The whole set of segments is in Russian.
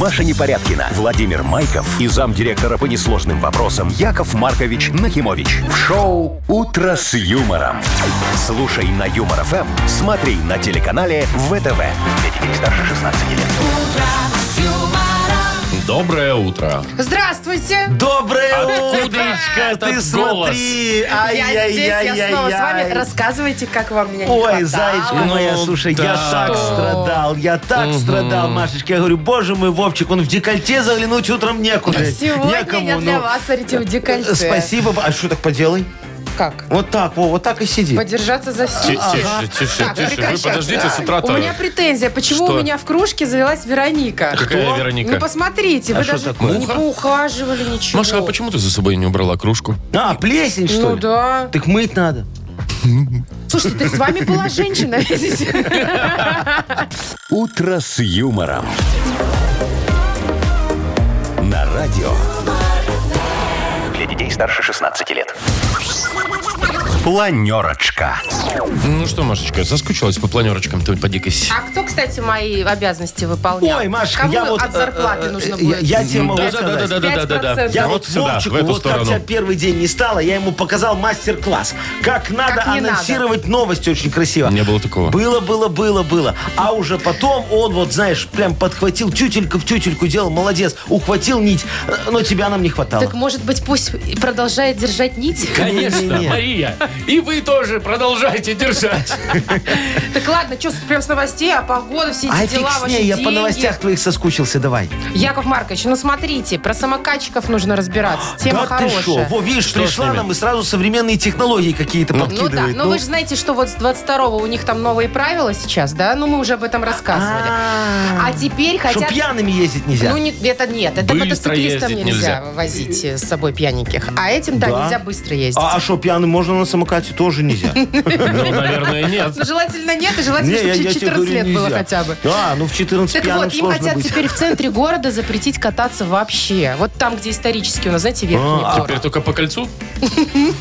Маша Непорядкина, Владимир Майков и замдиректора по несложным вопросам Яков Маркович Нахимович. В шоу «Утро с юмором». Слушай на Юмор ФМ, смотри на телеканале ВТВ. Для детей старше 16 лет. Доброе утро. Здравствуйте! Доброе Откудочка утречко, этот ты смотри. А Я здесь, я снова с вами. Ай-яй-яй-яй-яй. Рассказывайте, как вам меня не Ой, хватало. зайчка Ну, моя, слушай, я да. так страдал, я так страдал, Машечка. Я говорю, боже мой, Вовчик, он в декольте заглянуть утром некуда. А Сегодня Некому, я для ну. вас, смотрите, в декольте. Спасибо. А что так поделай? Как? Вот так, во, вот так и сиди. Подержаться за Ти- силу. Тише, тише, Так, тише. Вы прекращай. подождите, с У меня утра-то... претензия. Почему Что? у меня в кружке завелась Вероника? Какая Ну, Вероника? посмотрите, А вы что даже такое? не поухаживали, ничего. Маша, а почему ты за собой не убрала кружку? А, плесень, что Ну ли? да. Так мыть надо. Слушайте, ты с вами была женщина, видите? «Утро с юмором». На радио. Для детей старше 16 лет. Планерочка. Ну что, Машечка, соскучилась по планерочкам, ты подикась. А кто, кстати, мои обязанности выполнял? Ой, Машечка, Кому я вот... от э, зарплаты э, нужно э, будет? Я я тебе могу Да, да, сказать. да, да, да, да, да, да. Пять Я Я вот, вот сюда, Вовчику, в эту вот как сторону. тебя первый день не стало, я ему показал мастер-класс. Как надо не надо. анонсировать новость очень красиво. Не было такого. Было, было, было, было. А уже потом он вот, знаешь, прям подхватил тютелька в тютельку, делал, молодец, ухватил нить, э, но тебя нам не хватало. Так, может быть, пусть и продолжает держать нить? Конечно, Не-не-не. Мария. И вы тоже продолжайте держать. Так ладно, что прям с новостей, а погода, все эти а фиг дела, с ваши ней, я по деньги. новостях твоих соскучился, давай. Яков Маркович, ну смотрите, про самокатчиков нужно разбираться. Тема да ты шо? хорошая. Во, видишь, с пришла ними? нам и сразу современные технологии какие-то Ну подкидывает. да, но Ну. вы же знаете, что вот с 22-го у них там новые правила сейчас, да? Ну мы уже об этом рассказывали. А, А теперь Что хотят... пьяными ездить нельзя. Ну, не, это нет, это Быстро мотоциклистам ездить нельзя, нельзя. возить э, с собой пьяненьких. А этим, да, Да. нельзя быстро ездить. А что, пьяным можно на самокате? Тоже нельзя. Ну, наверное, нет. Ну, желательно нет, и желательно, Не, чтобы я- я через тебе 14 лет говорю, было нельзя. хотя бы. Да, ну в 14 Так пьяным вот, им сложно хотят быть. теперь в центре города запретить кататься вообще. Вот там, где исторически у нас, знаете, верхний А, двор. Теперь только по кольцу?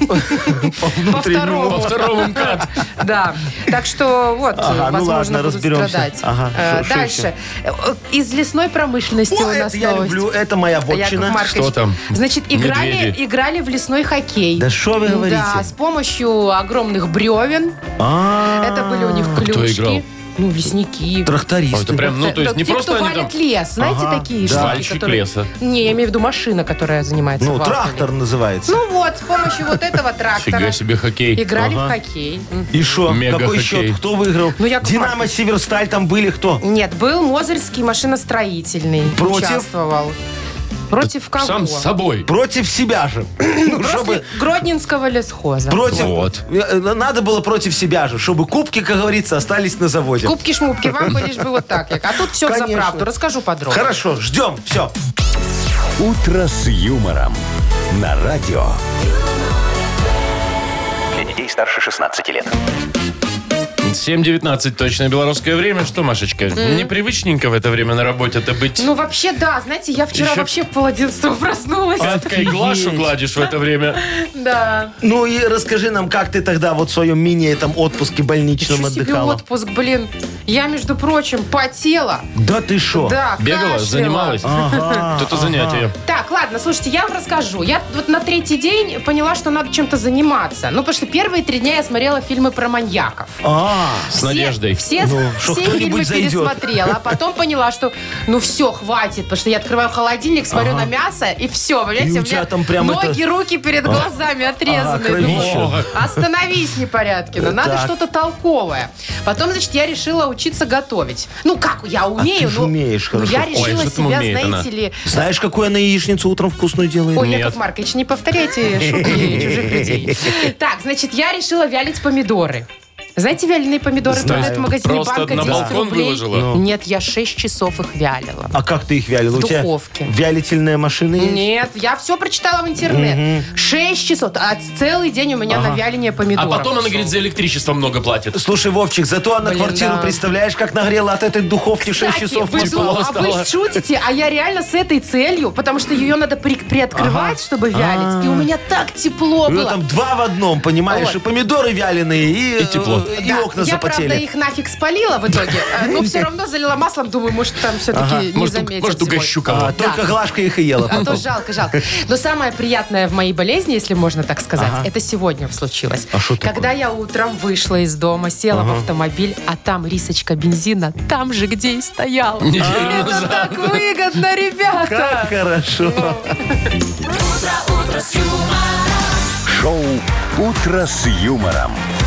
По второму. По второму МКАД. Да. Так что вот, Ага, ну возможно, ладно, будут разберемся. страдать. Ага, Э, шо- шо Дальше. Э, Из лесной промышленности у О, нас А это я новость. люблю, это моя А Яков вотчина. Маркович. Что там? Значит, играли, Медведи. играли в лесной хоккей. Да шо вы говорите? Да, с помощью огромных бревен. А, Это были у них кто клюшки. играл? Ну, лесники. А это Трактористы. прям, ну, то есть Да, не те, просто кто они там... валят лес, знаете, Ага, такие да. штуки, Вальщик которые- леса. Не, я имею в виду машина, которая занимается Ну, валками. трактор называется. Ну вот, с помощью вот этого Фига трактора себе хоккей. играли в Ага. хоккей. И что? Мега Какой хоккей. счет? Кто выиграл? Ну, Яков Динамо, Северсталь, там были кто? Нет, был Мозырский машиностроительный. Против? Участвовал. Против кого? Сам с собой. Против себя же. Ну, Против чтобы Гродненского лесхоза. против... Вот. Э, э, Надо было против себя же, чтобы кубки, как говорится, остались на заводе. Кубки-шмубки, вам бы лишь бы вот так. Яков. А тут все за Конечно. правду. Расскажу подробно. Хорошо, ждем. Все. «Утро с юмором» на радио. Для детей старше 16 лет. 7.19 точное белорусское время. Что, Машечка, непривычненько в это время на работе-то быть? Ну вообще да, знаете, я вчера Еще- вообще в пол одиннадцатого проснулась. Пяткой глашу гладишь в это время. Да. Ну и расскажи нам, как ты тогда вот в своем мини-этом отпуске больничном Еще себе отдыхала. отпуск, блин. Я, между прочим, потела. Да ты шо? Да, Бегала, кашляла. занималась. Ага, Это занятие. Так, ладно, слушайте, я вам расскажу. Я вот на третий день поняла, что надо чем-то заниматься. Ну, потому что первые три дня я смотрела фильмы про маньяков. А, С надеждой. Все, Ну, все что фильмы кто-нибудь зайдет. пересмотрела, а потом поняла, что ну все, хватит, потому что я открываю холодильник, смотрю на мясо, и все, понимаете, И у меня тебя там А. прям ноги, руки перед глазами ага, отрезаны. кровище. Думаю, Остановись, Непорядкина, надо Так. что-то толковое. Потом, значит, я решила учиться готовить. Ну, как, я умею, А ты ж но, умеешь но я хорошо. Ой, решила что там себя, умеет знаете она? ли... Знаешь, какую она яичницу утром вкусную делает? Ой, Нет. Яков Маркович, не повторяйте шутки чужих людей. Так, значит, я решила вялить помидоры. Знаете, вяленые помидоры Знаю. продают в магазине Просто банка на 10 балкон рублей. выложила? Ну. Нет, я 6 часов их вялила. А как ты их вялила? В У тебя духовке. вялительная машина есть? Нет, я все прочитала в интернет. 6 часов. А целый день у меня на вяление А помидоров. потом она ушел. говорит, за электричество много платит. Слушай, Вовчик, зато она Блин, квартиру, да. представляешь, как нагрела от этой духовки 6 Кстати, часов вы, тепло дум- а стало. вы шутите, а я реально с этой целью, потому что ее надо при- приоткрывать, чтобы вялить. И у меня так тепло У неё было. там два в одном, понимаешь? Вот. И помидоры вяленые, и, И тепло. э, э, и Да. окна Я, запотели. правда, их нафиг спалила в итоге, э, но все равно залила маслом. Думаю, может, там все-таки не Может, у- заметят может, зимой. угощу А, кого Только Глашка их и ела А то потом. жалко, жалко. Но самое приятное в моей болезни, если можно так сказать, это сегодня случилось. А Когда я утром вышла из дома, села в автомобиль, а там рисочка бензина, там же, где и стояла. Неделю Это так выгодно, ребята! Как хорошо. Шоу «Утро с юмором».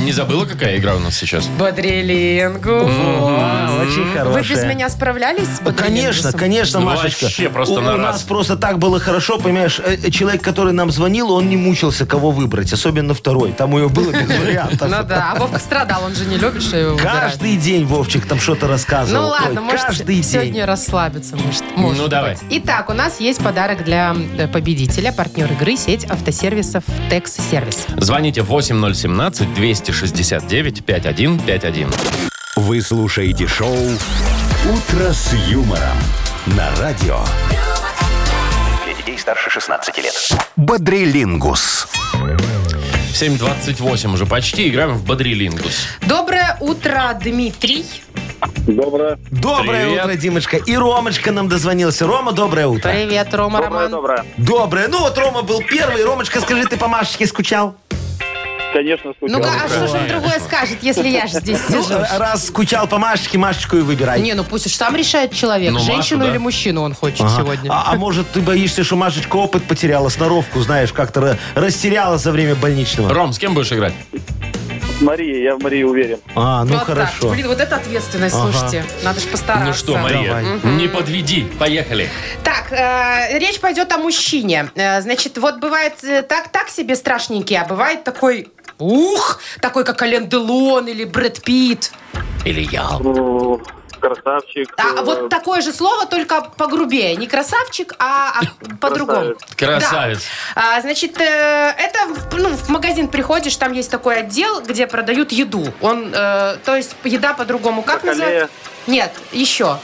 Не забыла, какая игра у нас сейчас? Бодрилингу. А, Очень Вы без хорошая. меня справлялись? с Да, Конечно, бодрилингусом? конечно, Ну, Машечка. вообще просто у, на у раз. нас просто так было хорошо, понимаешь, э, э, человек, который нам звонил, он не мучился, кого выбрать, особенно второй. Там у него было без вариантов. Ну да, а Вовка страдал, он же не любит, что его выбирают. Каждый день Вовчик там что-то рассказывал. Ну ладно, Ой, может, каждый день. сегодня расслабиться, может. может Ну, давай. быть. Итак, у нас есть подарок для э, победителя, партнер игры, сеть автосервисов Текс Сервис. Звоните 8017-269-5151. Вы слушаете шоу «Утро с юмором» на радио. Для детей старше 16 лет. Бодрилингус. 7.28 уже почти. Играем в Бодрилингус. Доброе утро, Дмитрий. Доброе. Доброе Привет. утро, Димочка. И Ромочка нам дозвонился. Рома, доброе утро. Привет, Рома, Роман. доброе. Доброе. Ну вот Рома был первый. Ромочка, скажи, ты по Машечке скучал? Конечно, скучал. Ну-ка, а что же он другое скажет, если я же здесь Ну, а, сижу? э, раз скучал по Машечке, Машечку и выбирай. Не, ну пусть уж сам решает человек, Ну, Машу, женщину да. или мужчину он хочет сегодня. А, а может, ты боишься, что Машечка опыт потеряла, сноровку, знаешь, как-то ра- растеряла за время больничного? Ром, с кем будешь играть? Ну Ну. Мария, я в Марии уверен. А, ну Вот так. хорошо. Блин, вот это ответственность, Ага. слушайте. Надо же постараться. Ну что, Мария, Давай. не подведи. Поехали. Так, э, речь пойдет о мужчине. Э, значит, вот бывает э, так, так себе страшненький, а бывает такой, ух, такой как Ален Делон или Брэд Питт. Или я. Ну, Красавчик. А э, вот такое же слово, только погрубее. Не красавчик, а, а по-другому. Красавец. Да. А, значит, э, это в- ну, в магазин приходишь, там есть такой отдел, где продают еду. Он, э, то есть еда по-другому как Бакалея. называется? Нет, еще.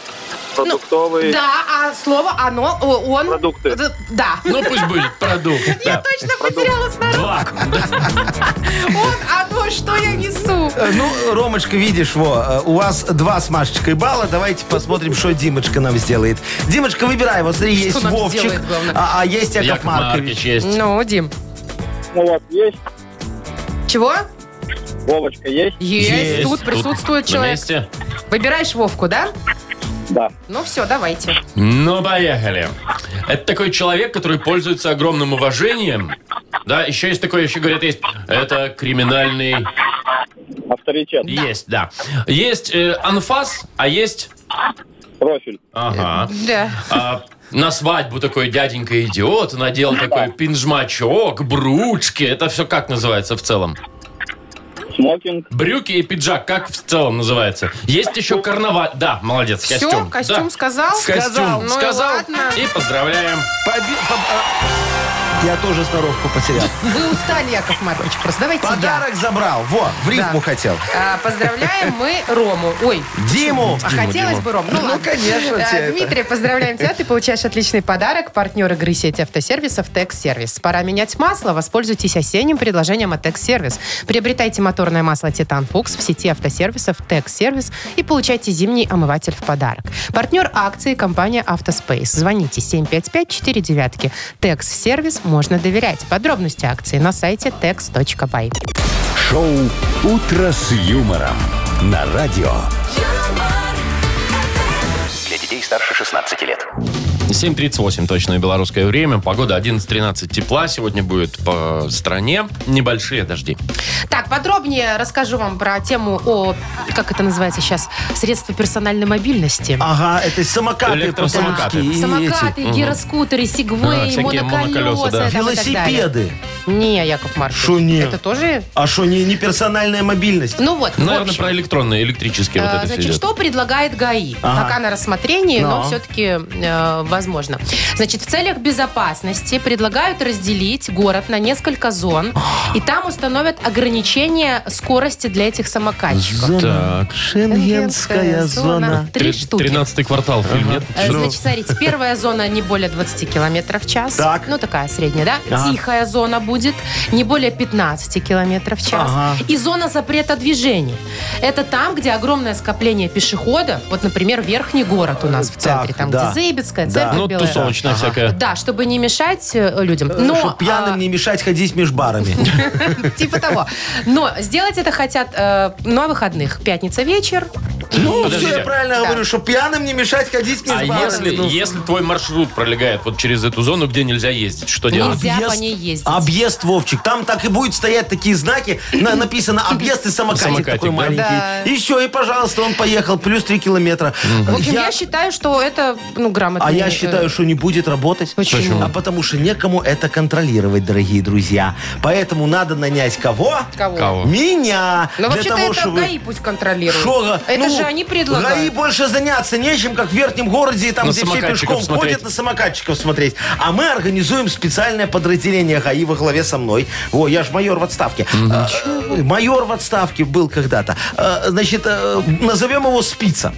Продуктовый. ну, Да, а слово оно, о, он. Продукты. Д- Да. Ну пусть будет продукт. Я Да. точно потеряла сноровку. Два. Он, оно, что я несу? Э, Ну, Ромочка, видишь, во, э, у вас два с Машечкой балла. Давайте посмотрим, что Димочка нам сделает. Димочка, выбирай. Вот смотри, есть нам Вовчик, сделает, главное? а, а есть Яков, Яков Маркович. Маркович есть. Ну, Дим. У вас есть? Чего? Вовочка есть? Есть. Тут присутствует на человек. месте. Выбираешь Вовку, да? Да. Ну все, давайте. Ну, поехали. Это такой человек, который пользуется огромным уважением. Да, еще есть такое, еще говорят, есть. Это криминальный... Авторитет. Есть, да. Есть э, анфас, а есть... Профиль. Ага. Да. А, на свадьбу такой дяденька-идиот Ну надел такой пинжмачок, брючки. Это все как называется в целом? Смокинг. Брюки и пиджак, как в целом называется? Есть еще карнавал. Да, молодец, Всё, костюм. костюм Да. сказал? Костюм Ну и сказал. ладно. И поздравляем. Поби- поб- а, Я тоже сноровку потерял. Вы устали, Яков Маркович, просто давайте Подарок забрал. Во, в рифму Да. хотел. я. А, поздравляем мы Рому. Ой, Диму. а хотелось бы, Ром. Ну, Ну, ладно. конечно, А, тебе это. Дмитрий, поздравляем тебя. Ты получаешь отличный подарок. Партнер игры сети автосервисов «Текс-сервис». Пора менять масло. Воспользуйтесь осенним предложением от «Текс-сервис». Приобретайте моторное масло «Титан Фукс» в сети автосервисов «Текс-сервис» и получайте зимний омыватель в подарок. Партнер акции – компания «Автоспейс». Звоните 755-49. «Текс-сервис» можно доверять. Подробности акции на сайте tex.by. Шоу «Утро с юмором» на радио. юмор, Для детей старше 16 лет. 7.38 точное белорусское время. Погода 11.13 тепла. Сегодня будет по стране небольшие дожди. Так, подробнее расскажу вам про тему о, как это называется сейчас, средства персональной мобильности. Ага, это самокаты Электросамокаты. по-польски А, и Самокаты, гироскутеры, А, сегвеи, всякие моноколеса, моноколеса. да. там и эти. так далее. Велосипеды. Не, Яков Маркович. Шо не? Это тоже... А что, не, не персональная мобильность? Ну вот, в Наверное, общем, про электронные, электрические вот э, это все Значит, идет. что предлагает ГАИ? Ага. Пока на рассмотрении, но Но. все-таки э, возможно. Значит, в целях безопасности предлагают разделить город на несколько зон, и там установят ограничения скорости для этих самокатчиков. Так. Шенгенская зона. Три штуки. 13 квартал фильм, нет? Ну, Э, Значит, смотрите, первая зона не более 20 километров в час. Так. Ну, такая средняя, да? Ага. Тихая зона будет не более 15 километров в час. Ага. И зона запрета движения. Это там, где огромное скопление пешеходов. Вот, например, Верхний город у нас в центре. Так, там, да. где Заебецкая, Да. церковь Ну, Белая. тусовочная всякая. Да, чтобы не мешать э, людям. Но, Чтобы Ну, пьяным а, не мешать ходить между барами. Ну, Типа того. Но сделать это хотят э, на выходных. Пятница вечер. Ну, Подождите. все, я правильно Да. говорю, что пьяным не мешать ходить между А барами. если, Ну, если твой маршрут пролегает вот через эту зону, где нельзя ездить, что делать? Нельзя по ней ездить. Объезд, Вовчик. Там так и будет стоять такие знаки. на- написано объезд и самокатик, Самокатик, такой да? маленький. Да. И все, и пожалуйста, он поехал. Плюс 3 километра. В общем, я... Я- считаю, что это, ну, грамотно. А я считаю, что не будет работать. Почему? Почему? А потому что некому это контролировать, дорогие друзья. Поэтому надо нанять кого? Кого? Кого? Меня. Ну, для вообще-то того, это чтобы... ГАИ пусть контролируют. Шо, га- Это ну, же они предлагают. ГАИ больше заняться нечем, как в верхнем городе, и там, На где все самокатчиков пешком смотреть. ходят, на самокатчиков смотреть. А мы организуем специальное подразделение ГАИ во главе со мной. О, я же майор в отставке. А, э, майор в отставке был когда-то. А, Значит, э, назовем его «Спица».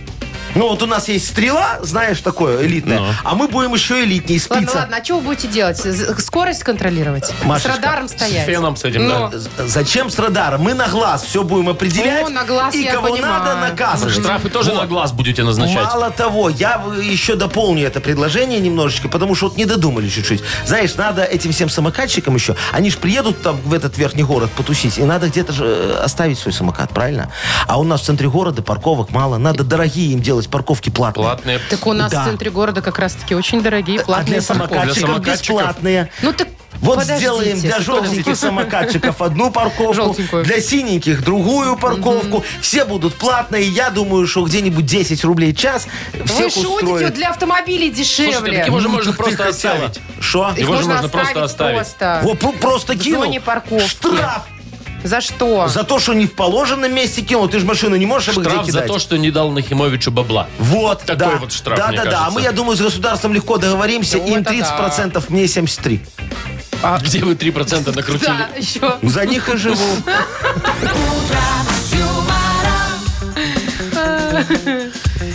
Ну вот у нас есть стрела, знаешь, такое элитное, Ну. а мы будем еще элитнее Ладно, спица. ладно, а что вы будете делать? З- Скорость контролировать? Машечка, С радаром С стоять? феном с этим, Ну, да. З- Зачем с радаром? Мы на глаз все будем определять. Ну, на глаз и я кого понимаю. надо, наказывать. Штрафы тоже на глаз будете назначать. Мало того, я в- еще дополню это предложение немножечко, потому что вот не додумали чуть-чуть. Знаешь, надо этим всем самокатчикам еще, они же приедут там в этот верхний город потусить, и надо где-то же э, оставить свой самокат, правильно? А у нас в центре города парковок мало, надо дорогие им делать парковки платные. Платные. Так у нас Да. в центре города как раз-таки очень дорогие А платные для парковки. самокатчиков, самокатчиков? бесплатные. Ну так Вот подождите, сделаем для желтеньких самокатчиков одну парковку, Желтенькую. для синеньких другую парковку. Все будут платные. Я думаю, что где-нибудь 10 рублей в час Вы всех шутите, устроит. для автомобилей дешевле. Слушайте, так его же Ну, можно как ты просто хотела. оставить. Что? Его же можно просто оставить. просто. Вот про- просто в кинул. зоне парковки. Штраф За что? за то, что не в положенном месте кинул. Ты же машину не можешь обо Штраф где за кидать. то, что не дал Нахимовичу бабла. Вот, Такой да. вот штраф, Да, мне да, да. кажется. А мы, я думаю, с государством легко договоримся. Да Им вот это 30%, мне 73%. Где вы 3% А. Да, накрутили? еще. За них и живу.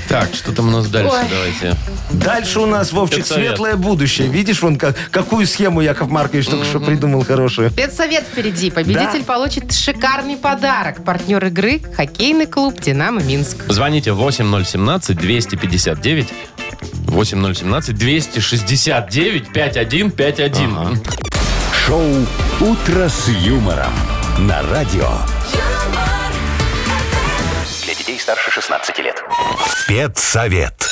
Так, что там у нас дальше? Ой. Давайте. Дальше у нас, Вовчик, Спецсовет. светлое будущее. Видишь, вон как, какую схему Яков Маркович только что придумал хорошую. Спецсовет впереди. Победитель Да. получит шикарный подарок. Партнер игры – хоккейный клуб «Динамо Минск». Звоните 8017-259. 8017-269-5151. Шоу «Утро с юмором» на радио. юмор, Для детей старше 16 лет. Спецсовет.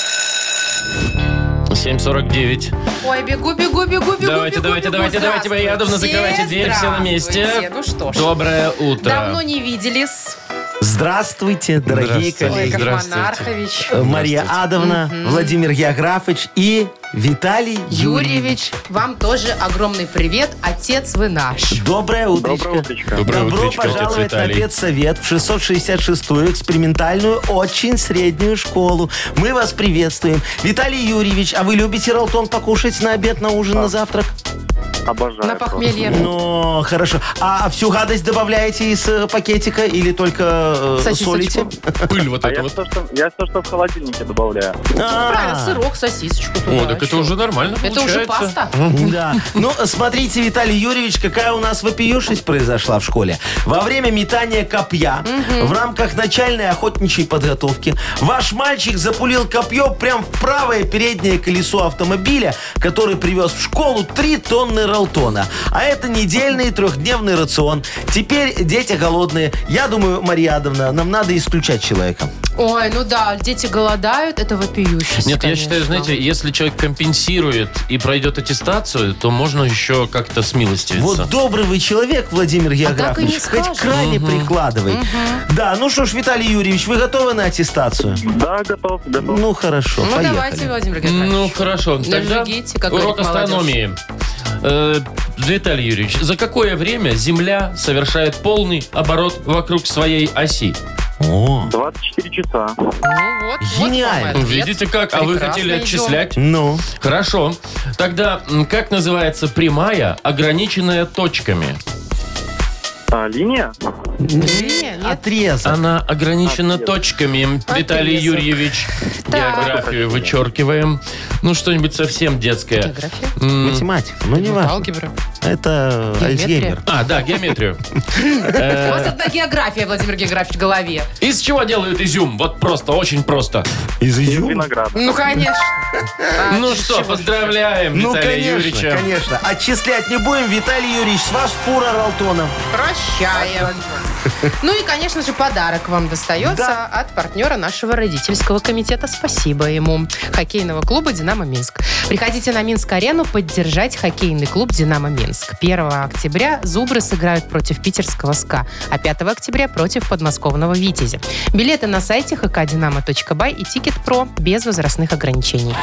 749. Ой, бегу, бегу, бегу, бегу, Давайте, давайте, бегу, бегу. давайте, давайте, Здравствуйте. Баядовна, закрывайте дверь, все на месте. здравствуйте. Ну что ж. Доброе утро. Давно не виделись. Здравствуйте, дорогие Здравствуйте. Ой, коллеги. здравствуйте. Монархович. Э, Мария Здравствуйте. Адовна, Владимир Яграфович и Виталий Юрьевич. Юрьевич, вам тоже огромный привет. Отец вы наш. Доброе утречко. Доброе Добро утречко, отец пожаловать на Виталий. педсовет в 666-ю экспериментальную очень среднюю школу. Мы вас приветствуем. Виталий Юрьевич, а вы любите ролтон покушать на обед, на ужин, на завтрак? Обожаю. На похмелье. Ну, хорошо. А всю гадость добавляете из э, пакетика или только э, Сосисочку. солите? Пыль вот А эта я вот. то, что, я то, что в холодильнике добавляю. А, Правильно, сырок, сосисочку туда. О, так это уже нормально Это уже получается. паста. Да. Ну, смотрите, Виталий Юрьевич, какая у нас вопиюшесть произошла в школе. Во время метания копья в рамках начальной охотничьей подготовки ваш мальчик запулил копье прям в правое переднее колесо автомобиля, который привез в школу 3 тонны ролтона. А это недельный трехдневный рацион. Теперь дети голодные. Я думаю, Мария Адовна, нам надо исключать человека. Ой, ну да, дети голодают, это вопиющесть, Нет, я конечно. считаю, знаете, если человек компенсирует и пройдет аттестацию, то можно еще как-то смилостивиться. Вот добрый вы человек, Владимир А так и не Географович. скажешь. хоть к ране прикладывай. Да, ну что ж, Виталий Юрьевич, вы готовы на аттестацию? Да, готов, готов. Ну хорошо, Ну поехали. давайте, Владимир Георгиевич. Ну, хорошо. Тогда Нажигите, как урок говорит астрономии. Э, Виталий Юрьевич, за какое время Земля совершает полный оборот вокруг своей оси? О, 24 часа. Ну вот, вот Гениально. вам ответ. Видите как? А вы Прекрасно хотели идем. отчислять? ну, Хорошо. Тогда м, как называется прямая, ограниченная точками? А, линия? Не, нет. отрезок. Она ограничена Отрезок. точками. Виталий Отрезок. Юрьевич, Так. географию вычеркиваем. Ну, что-нибудь совсем детское. География? М, Математика, ну не важно. Алгебра. Это Геометрия. Альцгеймер. А, да, геометрию. У вас одна география, Владимир Географович, в голове. Из чего делают изюм? Вот просто, очень просто. Из изюма? Виноград. Ну, конечно. А, Ну что, поздравляем А Ну, Виталия конечно, Юрьевича. конечно. Отчислять не будем, Виталий Юрьевич, с вас фура Ралтона. Прощаем. Ну и, конечно же, подарок вам достается Да. от партнера нашего родительского комитета. Спасибо ему. Хоккейного клуба «Динамо Минск». Приходите на Минск-арену поддержать хоккейный клуб «Динамо Минск». 1 октября «Зубры» сыграют против питерского «СКА», а 5 октября против подмосковного «Витязя». Билеты на сайте hkdinamo.by и «Тикет Про» без возрастных ограничений.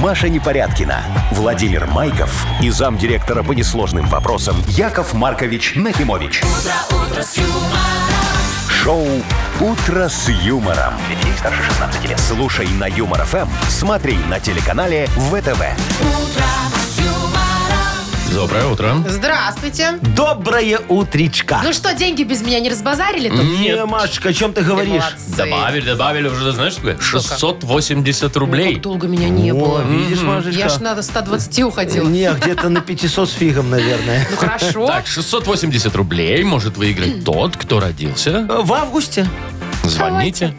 Маша Непорядкина, Владимир Майков и замдиректора по несложным вопросам Яков Маркович Нахимович. Шоу Утро с юмором. Детей старше 16 лет. Слушай на юмор ФМ, смотри на телеканале ВТВ. Доброе утро. Здравствуйте. Доброе утречка. Ну что, деньги без меня не разбазарили тут? Не, Нет, Машечка, о чем ты говоришь? Молодцы. добавили, добавили уже, знаешь, сколько? 680 Как Ну, рублей. долго меня не О, было. видишь, Машечка? Я ж надо 120 уходила. Не, где-то на 500 с фигом, наверное. Ну хорошо. Так, 680 рублей может Хм. выиграть тот, кто родился. Ну, В августе. Звоните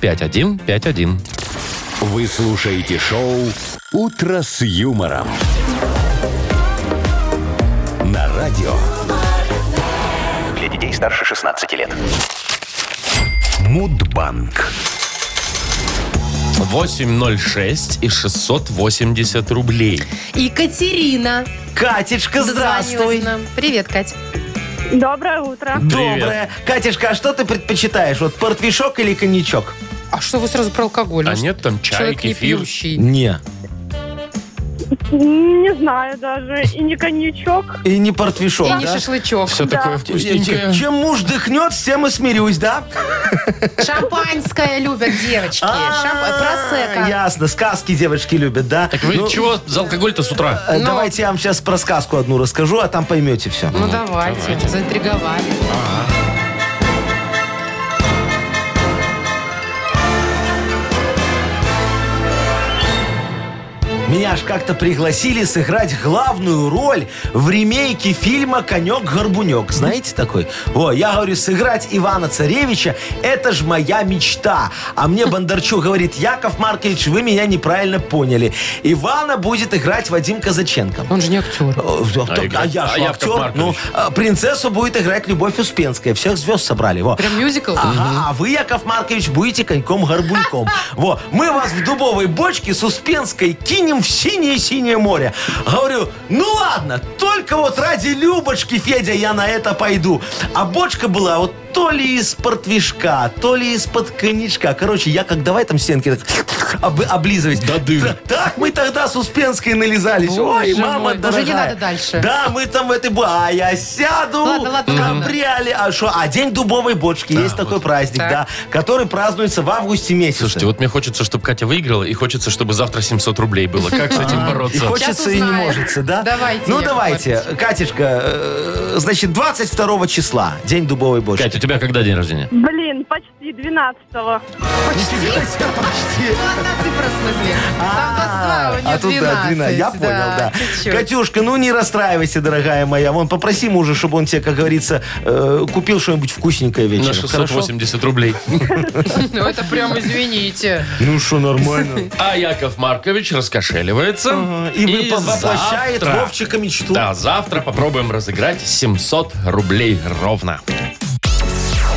8017-269-5151. Вы слушаете шоу Утро с юмором. На радио Для детей старше 16 лет. Мудбанк. 806 и 680 рублей. Екатерина. Катечка, дозвонилась здравствуй. нам. Привет, Кать. Доброе утро. Привет. Доброе. Катюшка, а что ты предпочитаешь? Вот портвишок или коньячок? А что вы сразу про алкоголь? Ну, А Может, нет там чай, Человек не кефир? пьющий. Не. Не знаю даже. И не коньячок. И не И портвишок, не да? шашлычок. Все такое вкусненькое. Чем муж дыхнет, с тем и смирюсь, да? Шампанское любят девочки. Шамп- А, Просека. Ясно, сказки девочки любят, да? Так вы Ну, чего за алкоголь-то с утра? э, Ну. Давайте я вам сейчас про сказку одну расскажу, а там поймете все. Ну давайте, давайте. заинтриговали. Меня аж как-то пригласили сыграть главную роль в ремейке фильма «Конек-горбунек». Знаете такой? О, я говорю, сыграть Ивана Царевича – это ж моя мечта. А мне Бондарчук говорит, Яков Маркович, вы меня неправильно поняли. Ивана будет играть Вадим Казаченко. Он же не актер. Э, а, Игорь, я а что, Яков актер? Ну, Маркович? а, принцессу будет играть Любовь Успенская. Всех звезд собрали. Во. Прям мюзикл? Ага, а вы, Яков Маркович, будете коньком-горбуньком. Во, мы вас в дубовой бочке с Успенской кинем в синее-синее море. Говорю, ну ладно, только вот ради Любочки, Федя, я на это пойду. А бочка была вот то ли из портвишка, то ли из-под коньячка. Короче, я как давай там стенки так об- облизывать. До дыр. Т- Так мы тогда с Успенской нализались. Ой, Боже мама мой, уже не дорогая. надо дальше. Да, мы там в этой... бо- А я сяду Ладно, ладно, в ладно. кабриоле. А что? А день дубовой бочки. Есть такой праздник, Так. да, который празднуется в августе месяце. Слушайте, вот мне хочется, чтобы Катя выиграла, и хочется, чтобы завтра 700 рублей было. Как с этим И бороться? хочется, и не узнаем. может, да? Давайте, Ну, Яков давайте. Катюшка, э, значит, 22 числа, день дубовой бочки. Катя, у тебя когда день рождения? Блин, почти 12-го. Почти, Катя, почти. Ну, одна цифра в смысле. Там 22, А, у а нее тут да, 12, 12. я понял, да. ты чё. Катюшка, ну не расстраивайся, дорогая моя. Вон, попроси мужа, чтобы он тебе, как говорится, э, купил что-нибудь вкусненькое На вечером. Хорошо? 680 рублей. Ну, это прям извините. Ну что, нормально. А Яков Маркович раскошеливается. Ага, И выпо- воплощает завтра- Вовчика мечту. Да, завтра попробуем разыграть 700 рублей ровно.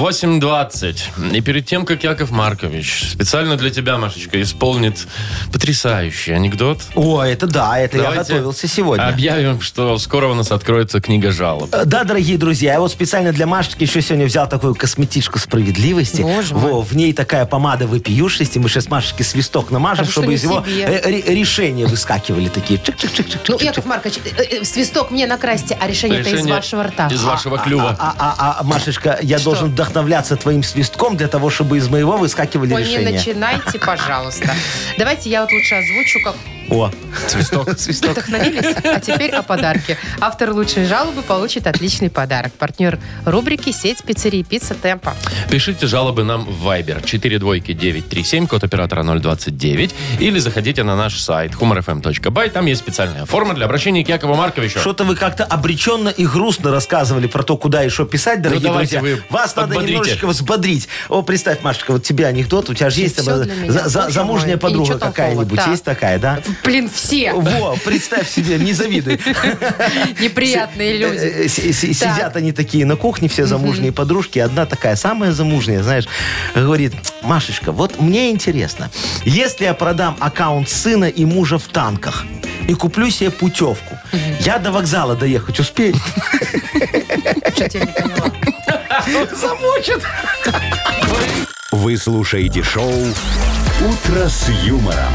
8.20. И перед тем, как Яков Маркович специально для тебя, Машечка, исполнит потрясающий анекдот, О, это да, это я Давайте готовился сегодня. объявим, что скоро у нас откроется книга жалоб. Э, Да, дорогие друзья, я вот специально для Машечки еще сегодня взял такую косметичку справедливости. Боже мой. Во, в ней такая помада вопиюшести. Мы сейчас Машечке свисток намажем, Хорошо, чтобы не из его себе. э, ре- решения выскакивали такие. Чик-чик-чик-чик. Ну, Яков Маркович, э, э, свисток мне накрасьте, а решение-то из Решение вашего рта. Из вашего клюва. А, а, а, Машечка, я должен вдохновляться твоим свистком для того, чтобы из моего выскакивали Ой, не решения. начинайте, пожалуйста. Давайте я вот лучше озвучу, как О, Свисток. свисток. Вдохновились? А теперь о подарке. Автор лучшей жалобы получит отличный подарок. Партнер рубрики «Сеть пиццерий Пицца Темпа». Пишите жалобы нам в Viber 42937, код оператора 029, или заходите на наш сайт humorfm.by. Там есть специальная форма для обращения к Якову Марковичу. Что-то вы как-то обреченно и грустно рассказывали про то, куда и что писать, дорогие Ну, давайте друзья. вы Вас надо подбодрите. немножечко взбодрить. О, представь, Машечка, вот тебе анекдот. У тебя же есть Всё обо- для меня, за- за- боже мой. замужняя И подруга ничего толкового, какая-нибудь. да. Есть такая, да? Блин, все Во, представь себе, не завидуй. неприятные люди. Э, э, си- си- Так. Сидят они такие на кухне, все замужние подружки. Одна такая, самая замужняя, знаешь, говорит, Машечка, вот мне интересно, если я продам аккаунт сына и мужа в танках и куплю себе путевку, я до вокзала доехать успею? Что-то я не поняла. Замучат! Вы слушаете шоу «Утро с юмором»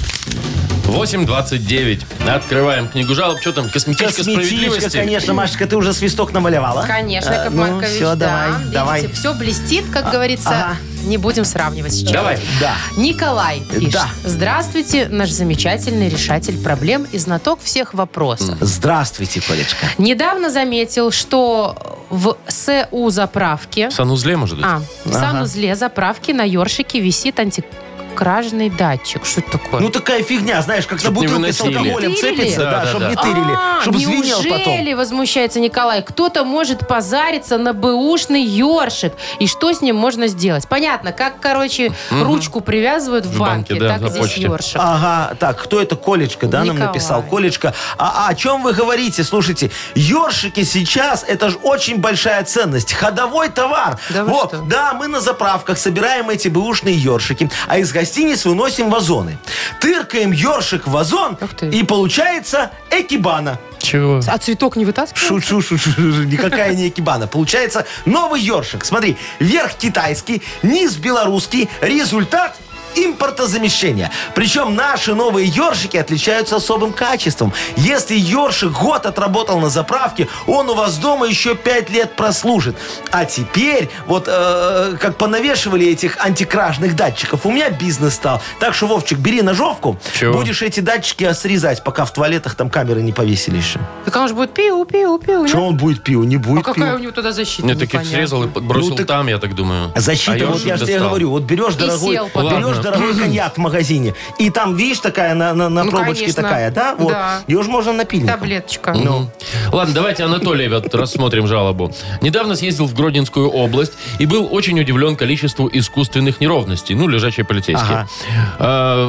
8.29. Открываем книгу жалоб. Что там, косметичка, Косметичка, справедливости? конечно, Машечка, ты уже свисток намалевала. Конечно, Э, Яков ну, Маркович, да. всё, давай, Видите, давай. А, все блестит, как говорится. ага. Не будем сравнивать с чем. Давай. Да. Э, Николай пишет. Да. Здравствуйте, наш замечательный решатель проблем и знаток всех вопросов. Здравствуйте, Колечка. Недавно заметил, что в СУ заправке, В санузле, может быть? а, в санузле заправки на ёршике висит антикражный датчик. Что это такое? Ну, такая фигня, знаешь, как на Чтоб не бутылке с выносили. алкоголем Тырили? цепится, Да, да, да, чтобы да. не тырили, А, чтобы звенел потом. неужели, возмущается Николай, кто-то может позариться на бэушный ёршик? И что с ним можно сделать? Понятно, как, короче, ручку привязывают в, В банке, банке, да, на так здесь почте. ёршик. Ага, так, кто это? Колечка, да, нам Николай. написал? Колечка. А, а о чем вы говорите? Слушайте, ёршики сейчас, это же очень большая ценность. Ходовой товар. Да вы вот, что? да, мы на заправках собираем эти бэушные ёршики, а из гостиниц выносим вазоны. Тыркаем ёршик в вазон, Ух ты. и получается экибана. Чего? А цветок не вытаскивает? Шучу, шучу, шучу. никакая не экибана. Получается новый ёршик. Смотри, верх китайский, низ белорусский, результат импортозамещения. Причем наши новые ёршики отличаются особым качеством. Если ёршик год отработал на заправке, он у вас дома еще пять лет прослужит. А теперь, вот э, как понавешивали этих антикражных датчиков, у меня бизнес стал. Так что, Вовчик, бери ножовку, Чего? будешь эти датчики срезать, пока в туалетах там камеры не повесили еще. Так он же будет пиу-пиу-пиу. Что он будет пиво? Не А будет какая у пиво. него туда защита? Нет, таких Непонятно. срезал и бросил Ну, так- там, я так думаю. Защита, А вот я же ёршик тебе достал. говорю, вот берешь дорогой, сел потом. берешь Ладно. дорогой коньяк в магазине, и там, видишь, такая на, на, на Ну, пробочке конечно. такая, да? Вот. Да. Ее же можно напильником. Таблеточка. Ну. Ладно, давайте Анатолия вот рассмотрим жалобу. Недавно съездил в Гродненскую область и был очень удивлен количеству искусственных неровностей. Ну, лежачие полицейские. Ага.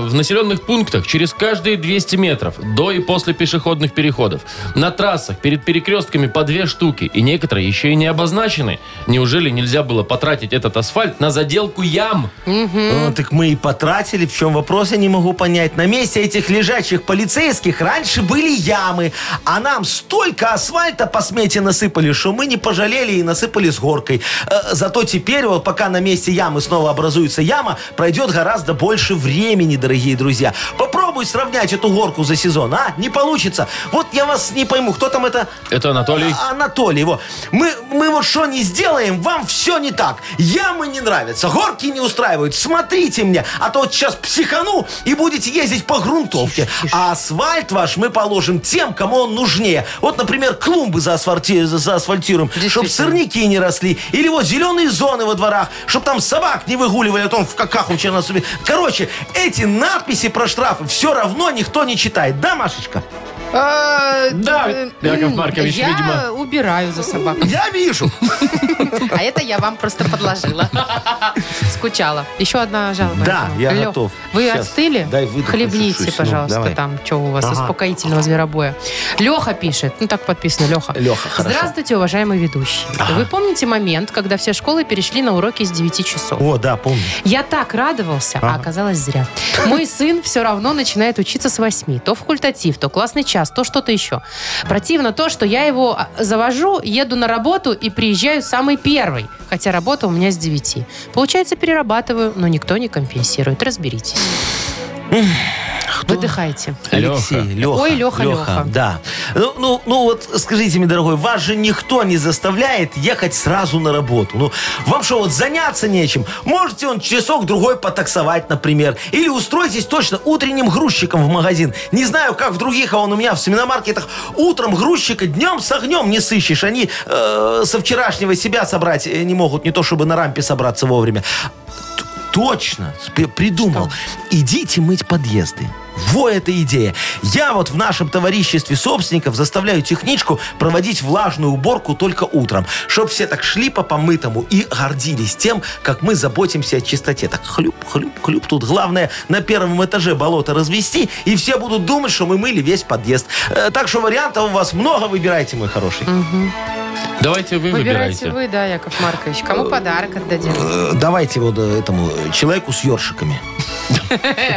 Э, в населенных пунктах через каждые 200 метров до и после пешеходных переходов. На трассах перед перекрестками по две штуки. И некоторые еще и не обозначены. Неужели нельзя было потратить этот асфальт на заделку ям? Ну, так мы и потратили. В чем вопрос, я не могу понять. На месте этих лежачих полицейских раньше были ямы, а нам столько асфальта по смете насыпали, что мы не пожалели и насыпали с горкой. Э, Зато теперь, вот пока на месте ямы снова образуется яма, пройдет гораздо больше времени, дорогие друзья. Попробуй сравнять эту горку за сезон, а? Не получится. Вот я вас не пойму, кто там это Это Анатолий. а- Анатолий, его. Мы, мы вот что не сделаем, вам все не так. Ямы не нравятся, горки не устраивают. Смотрите мне, а то вот сейчас психану и будете ездить по грунтовке. А асфальт ваш мы положим тем, кому он нужнее. Вот, например, клумбы заасфальти- за- заасфальтируем, чтобы сорняки не росли. Или вот зеленые зоны во дворах, чтобы там собак не выгуливали, а то он в каках у нас... Короче, эти надписи про штрафы все равно никто не читает. Да, Машечка? Да, Яков Маркович, я видимо. убираю за собакой. Я вижу. А это я вам просто подложила. Скучала. Еще одна жалоба. Да, Яков. я Лёв, готов. Вы Щас. отстыли? Дай выдохнуть Хлебните, чуть-чуть. Ну, пожалуйста, давай. там, что у вас, Ага. успокоительного зверобоя. Леха пишет. Ну, так подписано, Леха. Леха, хорошо. Здравствуйте, уважаемый ведущий. Вы помните момент, когда все школы перешли на уроки с 9 часов? О, да, помню. Я так радовался, а оказалось зря. Мой сын все равно начинает учиться с восьми. То факультатив, то классный час, то что-то еще. Противно то, что я его а, завожу, еду на работу и приезжаю самый первый. Хотя работа у меня с девяти. Получается, перерабатываю, но никто не компенсирует. Разберитесь. Кто? Выдыхайте. Алексей, Леха. Ой, Леха, Леха. Да. Ну, ну, ну вот скажите мне, дорогой, вас же никто не заставляет ехать сразу на работу. Ну, вам что, вот заняться нечем? Можете он часок-другой потаксовать, например. Или устройтесь точно утренним грузчиком в магазин. Не знаю, как в других, а он у меня в семиномаркетах. Утром грузчика днем с огнем не сыщешь. Они э, со вчерашнего себя собрать э, не могут. Не то, чтобы на рампе собраться вовремя. Т- Точно, спи- придумал. Идите мыть подъезды. Во эта идея. Я вот в нашем товариществе собственников заставляю техничку проводить влажную уборку только утром, чтоб все так шли по помытому и гордились тем, как мы заботимся о чистоте. Так хлюп, хлюп, хлюп. Тут главное на первом этаже болото развести, и все будут думать, что мы мыли весь подъезд. Э, Так что вариантов у вас много, выбирайте, мой хороший. Давайте вы Выбирайте выбирайте. вы, да, Яков Маркович. Кому подарок отдадим? Э, Давайте вот э, этому э, человеку с ёршиками. Э,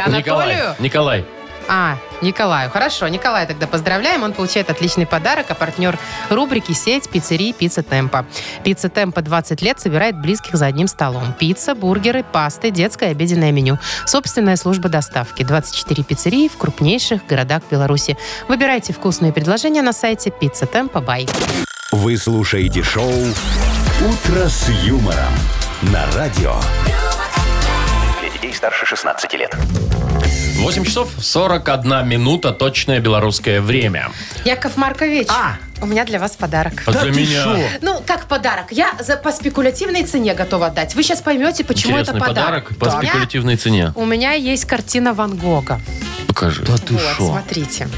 Николай, Анатолию? Николай, А, Николаю. Хорошо, Николай тогда поздравляем. Он получает отличный подарок, а партнер рубрики «Сеть пиццерий Пицца Темпа». Пицца Темпа 20 лет собирает близких за одним столом. Пицца, бургеры, пасты, детское и обеденное меню. Собственная служба доставки. 24 пиццерии в крупнейших городах Беларуси. Выбирайте вкусные предложения на сайте «Пицца Темпа Бай». Вы слушаете шоу «Утро с юмором» на радио. Для детей старше 16 лет. 8 часов 41 минута, точное белорусское время. Яков Маркович, А. у меня для вас подарок. А Да для ты меня шо? Ну, как подарок. Я за, по спекулятивной цене готова отдать. Вы сейчас поймете, почему интересный это подарок. подарок, по У меня- спекулятивной цене. У меня есть картина Ван Гога. Покажи. Да ты вот, шо? смотрите.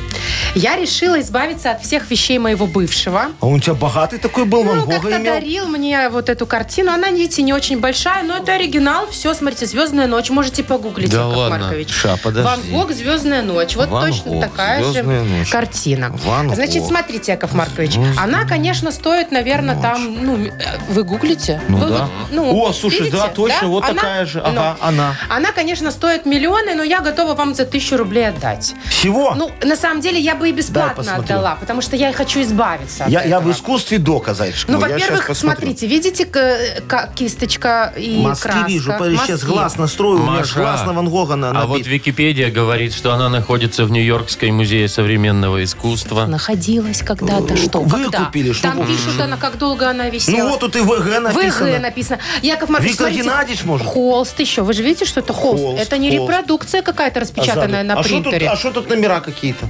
Я решила избавиться от всех вещей моего бывшего. А он у тебя богатый такой был, Ван ну, Гога как-то имел? дарил мне вот эту картину. Она, видите, не очень большая, но это оригинал. Все, смотрите, «Звездная ночь». Можете погуглить, Да Яков ладно. Маркович. Ша, подожди. Ван Гог, «Звездная ночь». Вот Ван точно Гог, такая же «Звездная ночь». картина. Ван Значит, Гог. смотрите, Яков Маркович. Она, конечно, стоит, наверное, там... Ну, э, вы гуглите? Ну Вы да. вот, ну, О, слушай, видите, да, точно, вот Она- такая же. Ну, Ага, она. она, конечно, стоит миллионы, но я готова вам за тысячу рублей отдать. Всего? Ну, на самом деле, я бы и бесплатно А. посмотрю. отдала, потому что я и хочу избавиться я, от я в этого. искусстве дока, зайчик. Ну, мой, я щас во-первых, посмотрю. смотрите, видите, к- к- кисточка и Мазки краска. вижу, сейчас Мазки. глаз настрою, у меня ж глаз на Ван Гога на, а набит. вот Википедия говорит, что она находится в Нью-Йоркской музее современного искусства. А. Находилась когда-то, что? Выкупили, когда? что Там Э, вы? пишут, она, как долго она висела. Ну вот тут и ВГ написано. ВГ написано. Яков Маркович, Виктор смотрите, Геннадьевич, может? Холст еще. Вы же видите, что это холст. Холст, это не холст. репродукция какая-то распечатанная на а что тут, принтере. а что тут номера какие-то?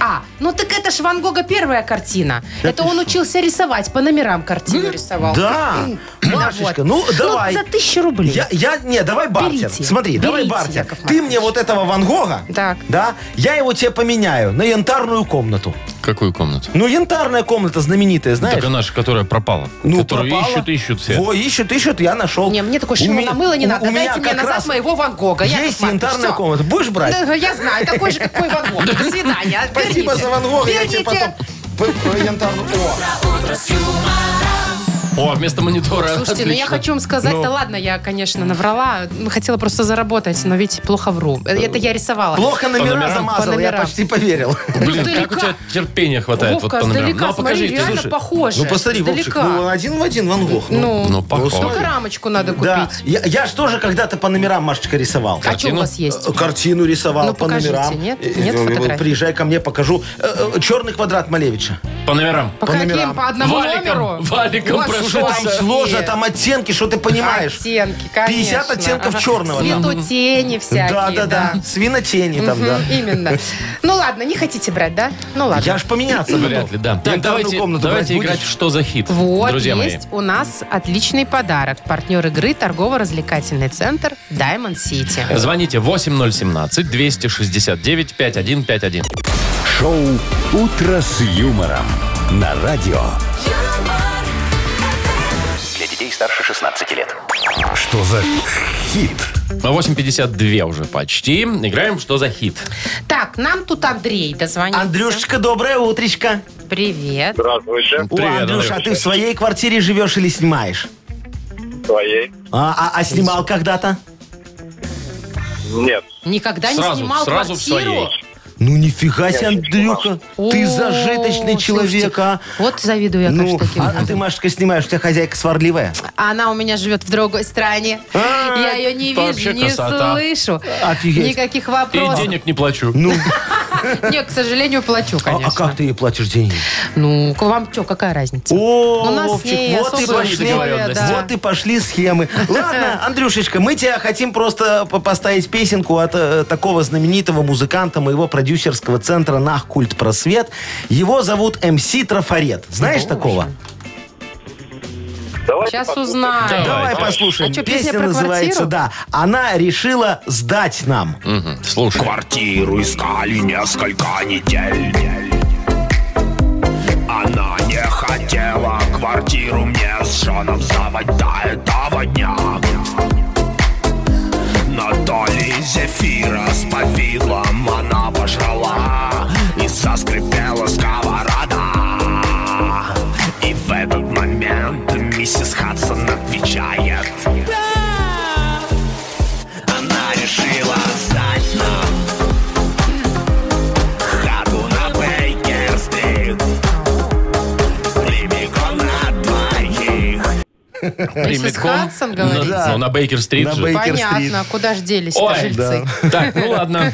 А, ну так это ж Ван Гога первая картина. Да это ты он учился рисовать, по номерам картину рисовал. Ну, Да, Машечка, ну давай. Ну, за тысячу рублей. Я, я, не, давай бартер. Берите, Смотри, давай берите, бартер. Яков Ты Маркович. мне вот этого Ван Гога, Так. да, я его тебе поменяю на янтарную комнату. Какую комнату? Ну, янтарная комната знаменитая, знаешь? Так она же, которая пропала. Ну, которую пропала. ищут, ищут все. Во, ищут, ищут, я нашел. Не, мне такой У шуму меня- намыло не у- надо. у меня Дайте мне как назад раз моего Ван Гога. Яков Есть Маркович, янтарная всё. комната. Будешь брать? Да, я знаю, такой же, как мой Ван Гог. До свидания. Спасибо Верните. за Ван Гога, я тебе Верните. потом п- п- янтарную... О, О, а вместо монитора. Слушайте, ну я Отлично. хочу вам сказать, Ну. да ладно, я, конечно, наврала. Ну, Хотела просто заработать, но видите, плохо вру. Э, Это я рисовала. плохо номера номерам? замазал, По я номерам. почти поверил. Блин, как Издалека. у тебя терпения хватает Вовка, вот по номерам. издалека, ну, а смотри, покажи, реально слушай. похоже. Ну, посмотри, Вовчик, Издалека. ну, один в один Ван Гог. Ну, Ну, Ну, похоже. только рамочку надо Ну, купить. да. Я, я ж тоже когда-то по номерам, Машечка, рисовал. А что у Картину? вас есть? Э, Картину рисовал Ну, по покажите, номерам. нет? Э, Нет э, фотографий? Приезжай ко мне, покажу. Э, Черный квадрат Малевича. По номерам. По, каким? номерам. По одному Валиком, номеру? валиком прошелся. Там сложно, там оттенки, что ты понимаешь. Оттенки, конечно. 50 оттенков черного там. Светотени всякие, Да, да, да. Свинотени там, да. Мгм, Именно. Ну ладно, не хотите брать, да? Ну ладно. Я ж поменяться Вряд ли, да. Так, давайте, давайте играть в «Что за хит», Вот друзья мои. есть у нас отличный подарок. Партнер игры торгово-развлекательный центр Diamond City. Звоните 8017-269-5151. Шоу «Утро с юмором» на радио. юмор, Для детей старше 16 лет. Что за хит? 8.52 уже почти. Играем в «Что за хит». Так, нам тут Андрей дозвонился. Андрюшечка, доброе утречко. Привет. Здравствуйте. О, Привет, Андрюша, а Андрюша. ты в своей квартире живешь или снимаешь? Твоей? А, а- а снимал когда-то? Нет. Никогда не Сразу, снимал сразу в квартиру? своей. Ну нифига себе, Я очень Андрюха. О, Ты зажиточный слушайте, человек, а. Вот завидую я, Ну, конечно, таким. а, а ты, людям. Машечка, снимаешь, у тебя хозяйка сварливая. А Она у меня живет в другой стране. А, Я ее не это вообще вижу, не красота. слышу. Офигеть. Никаких И вопросов. денег не плачу. Ну, Нет, к сожалению, плачу, а, конечно. а как ты ей платишь деньги? Ну, к вам что, какая разница? О, У нас с ней вот и особые пошли. условия, да. Вот и пошли схемы. Ладно, Андрюшечка, мы тебя хотим просто по- поставить песенку от э, такого знаменитого музыканта моего продюсерского центра «Нах Культ Просвет». Его зовут МС Трафарет. Знаешь такого? Давайте Сейчас послушаем. узнаем. Давай послушаем. А что, песня Песня про называется, квартиру? да. Она решила сдать нам. Мгм, Слушай. Квартиру искали несколько недель. Она не хотела квартиру мне с Шоном сдавать до этого дня. Но то ли зефира с повидлом она пожрала И соскрипела сковорода И в этот момент миссис Хадсон отвечает Она решила сдать нам хату на Бейкер-стрит Прямиком на двоих Миссис Прямиком. Хадсон Ну, говорит. ну, на Бейкер-стрит На же. Бейкер- Понятно, Стрит. куда ж делись Ой, жильцы. Так, ну ладно.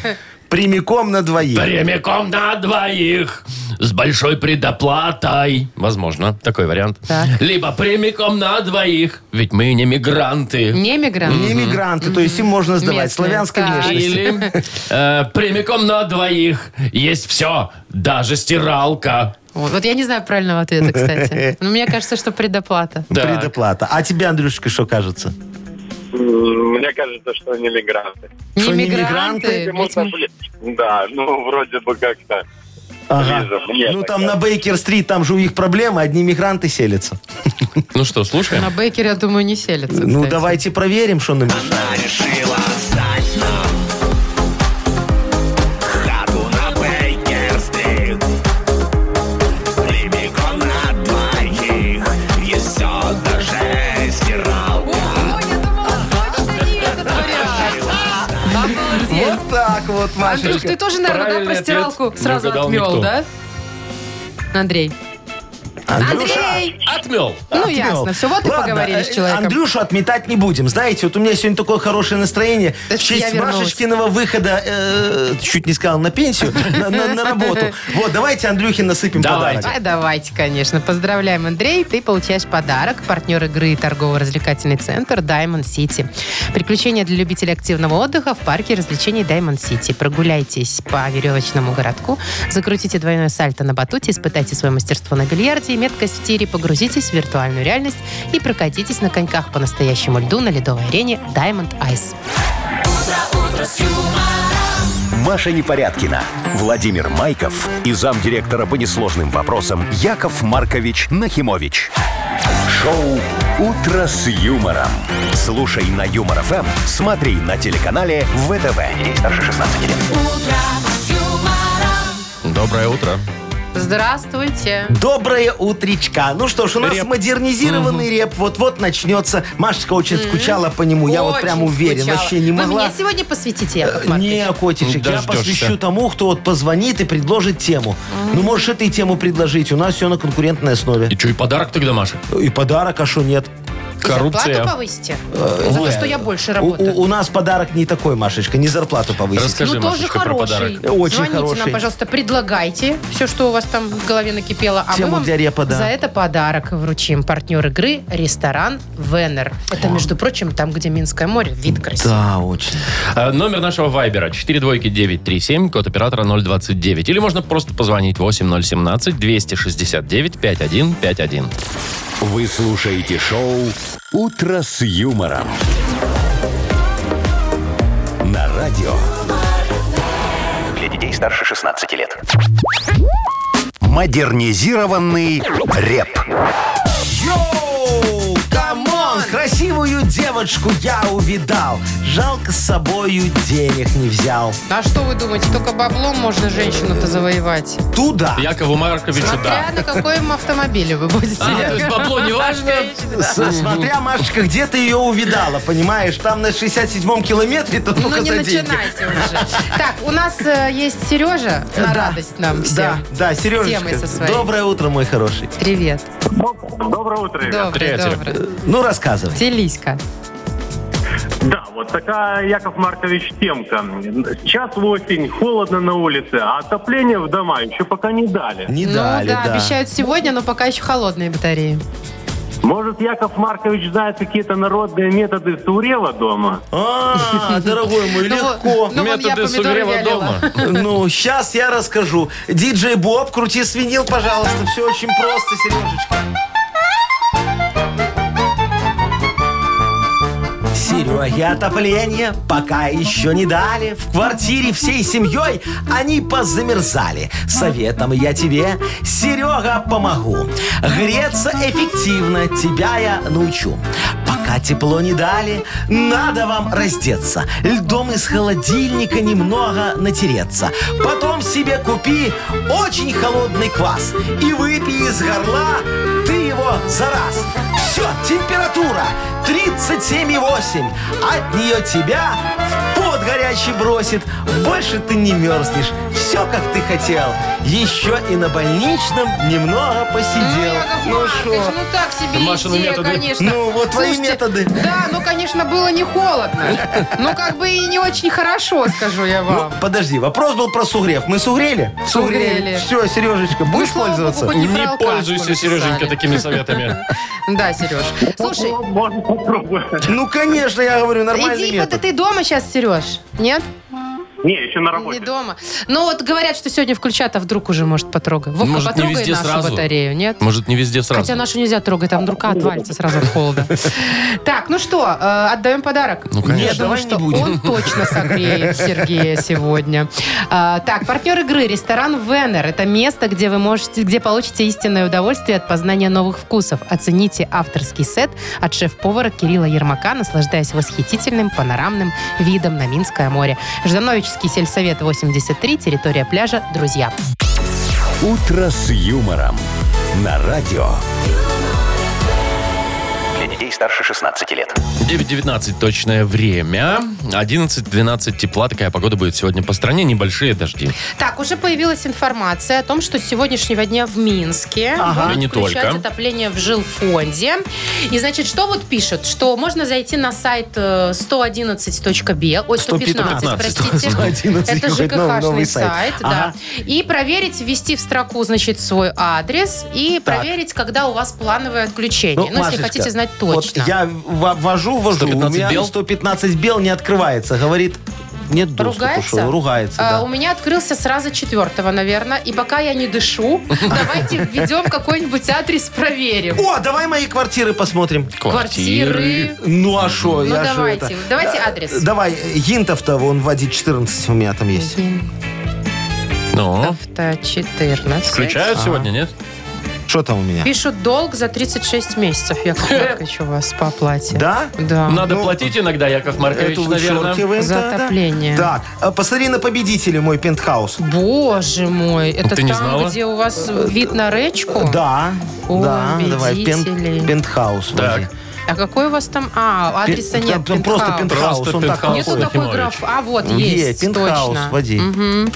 Прямиком на двоих. Прямиком на двоих. С большой предоплатой. Возможно, такой вариант. Так. Либо прямиком на двоих. Ведь мы не мигранты. Не мигрант. Не мигранты, то есть им можно сдавать. Местные. Славянской Так. внешности. Или э, прямиком на двоих. Есть все. Даже стиралка. Вот, вот я не знаю правильного ответа, кстати. Но мне кажется, что предоплата. Так. Предоплата. А тебе, Андрюшечка, что кажется? М, Мне кажется, что они мигранты. Не Что, не мигранты. мигранты? Если можно, ведь- блин. Да, ну, вроде бы как-то. Вижу, мне Ну так там на кажется. Бейкер-стрит, там же у них проблемы, одни мигранты селятся. Ну что, слушаем? На Бейкере, я думаю, не селятся. Ну кстати. давайте проверим, что нам мешает. Она решила сдать нам хату на Бейкер-стрит Прямиком на двоих Есть все, даже стиралка Ой, я думала, точно не этот вариант. Обалдеть. Вот так вот, Андрюш, ты Машечка. тоже, наверное, да, Правильный про ответ стиралку не сразу угадал отмел, никто. да? Андрей. Андрей! Отмел. Ну, ясно. Все, вот и Ладно, поговорили с э, человеком. Андрюшу отметать не будем. Знаете, вот у меня сегодня такое хорошее настроение. Это в честь я вернулась. Машечкиного выхода, э, чуть не сказал, на пенсию, на- на на работу. Вот, давайте Андрюхе насыпем Давайте. подарок. А давайте, конечно. Поздравляем, Андрей. Ты получаешь подарок. Партнер игры и торгово-развлекательный центр Diamond City. Приключения для любителей активного отдыха в парке развлечений Diamond City. Прогуляйтесь по веревочному городку, закрутите двойное сальто на батуте, испытайте свое мастерство на бильярде и меткость в тире, погрузитесь в виртуальную реальность и прокатитесь на коньках по настоящему льду на ледовой арене Diamond Ice. Маша Непорядкина, Владимир Майков и замдиректора по несложным вопросам Яков Маркович Нахимович. Шоу «Утро с юмором». Слушай на Юмор ФМ, смотри на телеканале ВТВ. Здесь старше 16 лет. Доброе утро. Здравствуйте. Доброе утречка. Ну что ж, у нас Реп. модернизированный реп вот-вот начнется. Машечка очень скучала по нему, я вот Очень прям уверен, скучала. вообще не Вы могла. Э, меня сегодня посвятите, Яков Маркович? Не, котичек, я Дождешься. посвящу тому, кто вот позвонит и предложит тему. Ну, можешь и ты тему предложить, у нас все на конкурентной И основе. что, и подарок тогда, Маша? И подарок, а что нет? И Коррупция. Зарплату повысите? За то, ой. что я больше Э, У, работаю. у- у нас подарок не такой, Машечка, не зарплату повысить. Расскажи, ну, тоже Машечка, про хороший. подарок. Очень Звоните нам, хороший. пожалуйста, предлагайте все, что у вас там в голове накипело. А Тему мы вам для репа, да. за это подарок вручим. Партнер игры – ресторан «Венер». Это, между прочим, там, где Минское море. Вид красивый. Да, очень. А, Номер нашего вайбера 42937, код оператора 029. Или можно просто позвонить 8017-269-5151. Вы слушаете шоу «Утро с юмором». На радио Для детей старше 16 лет «Модернизированный реп». Йоу! Камон! Красивую девушку девочку я увидал. Жалко с собою денег не взял. А что вы думаете, только баблом можно женщину-то завоевать? Туда. Якову Марковичу, Смотря да. на каком автомобиле вы будете. А, то есть бабло не важно? С- Смотря, Машечка, где ты ее увидала, понимаешь? Там на 67-м километре, то Ну только не за деньги. начинайте уже. Так, у нас э, есть Сережа на Да. радость нам всем. Да, да, С темой Сережечка, со своей. доброе утро, мой хороший. Привет. Доброе утро, ребят. Доброе, Привет, Серег. доброе. Ну, рассказывай. Делись-ка. Да, вот такая, Яков Маркович, темка. Сейчас в осень, холодно на улице, а отопление в дома еще пока не дали. Не ну дали, да, да. обещают сегодня, но пока еще холодные батареи. Может, Яков Маркович знает какие-то народные методы сурева дома? А, дорогой мой, Ну, вот, легко. ну, вон я Методы помидоры сугрева вялила. дома. Ну, сейчас я расскажу. Диджей Боб, крути свинил, пожалуйста. Все очень просто, Сережечка. Сереге отопление пока еще не дали. В квартире всей семьей они позамерзали. Советом я тебе, Серега, помогу. Греться эффективно тебя я научу. Пока тепло не дали, надо вам раздеться. Льдом из холодильника немного натереться. Потом себе купи очень холодный квас и выпей из горла ты его за раз. Все, температура 37,8. От нее тебя в пот горячий бросит. Больше ты не мерзнешь. Все, как ты хотел. Еще и на больничном немного посидел. Яков Ну Маркович, шо? ну так себе Машины идея, методы. конечно. Ну, вот твои методы. Да, ну, конечно, было не холодно. Ну, как бы и не очень хорошо, скажу я Ну, вам. подожди, вопрос был про сугрев. Мы сугрели? А. Сугрели. Ну, Все, Сережечка, будешь слава богу, пользоваться? хоть- Не про Не алкашку пользуйся, написали. Сереженька, такими советами. Да, Сереж. Слушай, Ну, Можно попробовать. Ну, конечно, я говорю, нормальный иди, метод. вот ты дома сейчас, Сереж? Нет? Не, еще на Не работе. дома. Ну, вот говорят, что сегодня включат, а вдруг уже, может, потрогай. Вовка, Может, не потрогай везде нашу сразу? батарею, нет? Может, не везде сразу. Хотя нашу нельзя трогать, там рука отвалится сразу от холода. Так, ну что, э, отдаем подарок? Ну, конечно. Я думаю, Нет, давай что не будем. он точно согреет Сергея сегодня. А, Так, партнер игры ресторан Венер. Это место, где вы можете, где получите истинное удовольствие от познания новых вкусов. Оцените авторский сет от шеф-повара Кирилла Ермака, наслаждаясь восхитительным панорамным видом на Минское море. Ждановический сельсовет 83, территория пляжа «Друзья». «Утро с юмором» на радио. Для детей старше 16 лет. 9.19 точное время. 11.12 тепла. Такая погода будет сегодня по стране. Небольшие дожди. Так, уже появилась информация о том, что с сегодняшнего дня в Минске И Ага. будут не включать только. отопление в жилфонде. И, значит, что вот пишет? Что можно зайти на сайт э, 111.б, ой, 115, 115, простите. 111, Это какой-то новый- ЖКХ-шный новый сайт, сайт. да. Ага. И проверить, ввести в строку, значит, свой адрес и Так. проверить, когда у вас плановое отключение. Ну, если Машечка, хотите знать вот точно. я в- ввожу, ввожу, у 115 меня бел? 115 бел не открывается. Говорит, нет доступа. Ругается? шо, Ругается, А, да. У меня открылся сразу четвертого, наверное. И пока я не дышу, давайте введем какой-нибудь адрес, проверим. О, давай мои квартиры посмотрим. Квартиры. Ну а что? Ну давайте, давайте адрес. Давай, Гинтов-то, вон в 1.14 у меня там есть. Ну, Авто 14. включают сегодня, нет? Что там у меня? Пишут долг за 36 месяцев, Яков Маркович, у вас по оплате. Да? Да. Надо платить иногда, Яков Маркович, А, ну, Эту наверное. вычеркиваем, За да, да. отопление. Так, а посмотри на победителей мой пентхаус. Боже мой, это Ты не там, знала? где у вас вид на речку? Да, О, да, давай, пен- победители. пентхаус. возьми. Так, А какой у вас там? А, Пен- адреса там- нет. Там просто пентхаус. пентхаус. Просто он так пентхаус. Нету находит. такой Нахимович. граф. А, вот, Е, есть, пентхаус, точно. води. Мгм.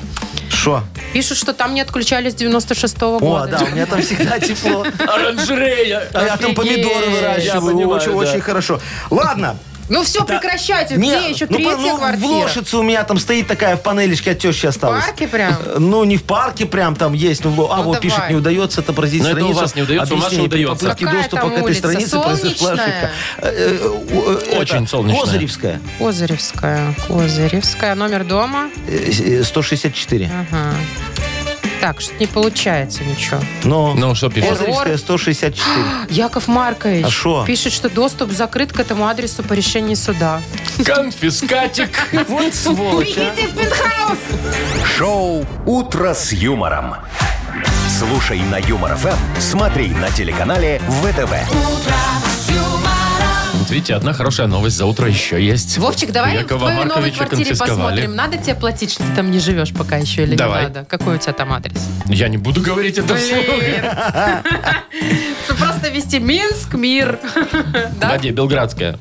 Что? Пишут, что там не отключались с 96-го О, года. да, у меня там всегда тепло. оранжерея. А я там Офигеть. помидоры Я выращиваю. понимаю, Очень, да. очень хорошо. Ладно. Ну все, прекращайте. Где Не, еще ну, по- третья ну, В квартира? Лошице у меня там стоит такая в панелечке от тещи В осталась. парке прям? Э, Ну, не в парке прям там есть. Ну, в ло- а, Ну, вот пишет, давай. не удается отобразить Но Ну, это у страницу. вас не удается, у Маши Объяснение при удается. попытке Какая доступа там к этой улица? странице произошла ошибка. Солнечная? Э, э, э, э, Очень это, солнечная. Козыревская, Козыревская. Козыревская. Номер дома? э, э, 164. Ага. Так, что-то не получается ничего. Но Ну, что пишет? Козыревская 164. Яков Маркович А шо? пишет, что доступ закрыт к этому адресу по решению суда. Конфискатик. Вот сволочь, а. Бегите в пентхаус! Шоу «Утро с юмором». Слушай на Юмор ФМ, смотри на телеканале ВТВ. Вот видите, одна хорошая новость за утро еще есть. Вовчик, давай в Якова твоей новой Марковича квартире конфисковали. посмотрим. Надо тебе платить, что ты там не живешь пока еще или Давай. не надо? Какой у тебя там адрес? Я не буду говорить это вслух. Блин. Просто вести Минск, мир. Да, Да? где? Белградская.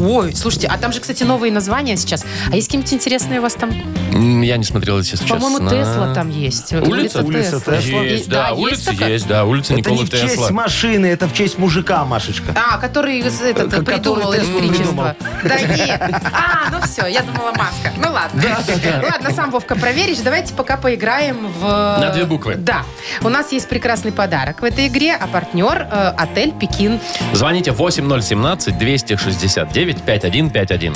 Ой, слушайте, а там же, кстати, новые названия сейчас. А есть какие-нибудь интересные у вас там? М, Я не смотрел, если честно. По-моему, Тесла там есть. Улица? Улица Тесла. И- Есть, да, есть улица такая? есть, да, улица Это не Николы в честь Тесла. машины, это в честь мужика, Машечка. А, который из- этот, Который придумал Теслу электричество. Да нет. А, ну все, я думала маска. Ну ладно. Ладно, сам Вовка проверишь. Давайте пока поиграем в... На две буквы. Да. У нас есть прекрасный подарок в этой игре, а партнер э, отель Пекин. Звоните 8017-269-5151.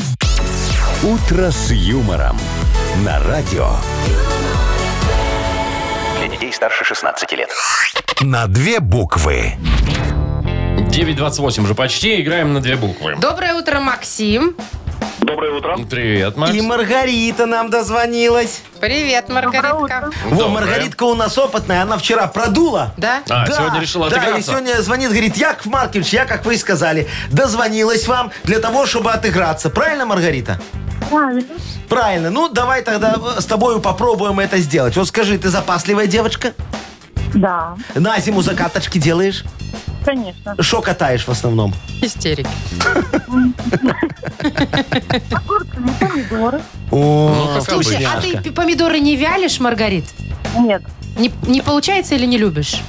«Утро с юмором» на радио. Для детей старше 16 лет. На две буквы. 9.28 уже почти, играем на две буквы. Доброе утро, Максим. Доброе утро. Привет, Макс. И Маргарита нам дозвонилась. Привет, Маргаритка. Во, Доброе. Маргаритка у нас опытная, она вчера продула. Да? А, сегодня решила Да, и отыграться. сегодня звонит, говорит, Яков Маркович, я, как вы и сказали, дозвонилась вам для того, чтобы отыграться. Правильно, Маргарита? Правильно. Правильно. Ну, давай тогда э, с тобою попробуем это сделать. Вот скажи, ты запасливая девочка? Да, На зиму закаточки делаешь? конечно. Шо катаешь в основном? Истерики. Огурцами, Ну, помидоры. О, Ну, как Слушай, обычно. а ты п- помидоры не вялишь, Маргарит? Нет, Не, не получается или не любишь?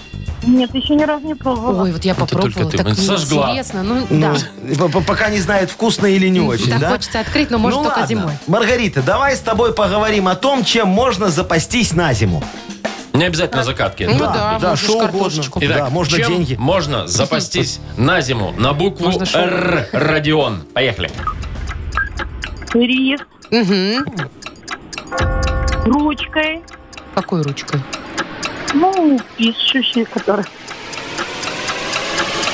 нет, еще ни разу не пробовала. Ой, вот я Это только попробовала, ты, так блин, сожгла. интересно. Ну, ну, да. п- п- пока не знает, вкусно или не очень, так да? хочется открыть, но может Ну только ладно. зимой. Маргарита, давай с тобой поговорим о том, чем можно запастись на зиму. Не обязательно закатки. Ну да, можешь шо картошечку. угодно. Да, можно чем деньги. можно запастись на зиму на букву Можно шоу. Р. Родион. Поехали. Рис, Угу. ручкой, Какой ручкой? ну, пишущие, которые.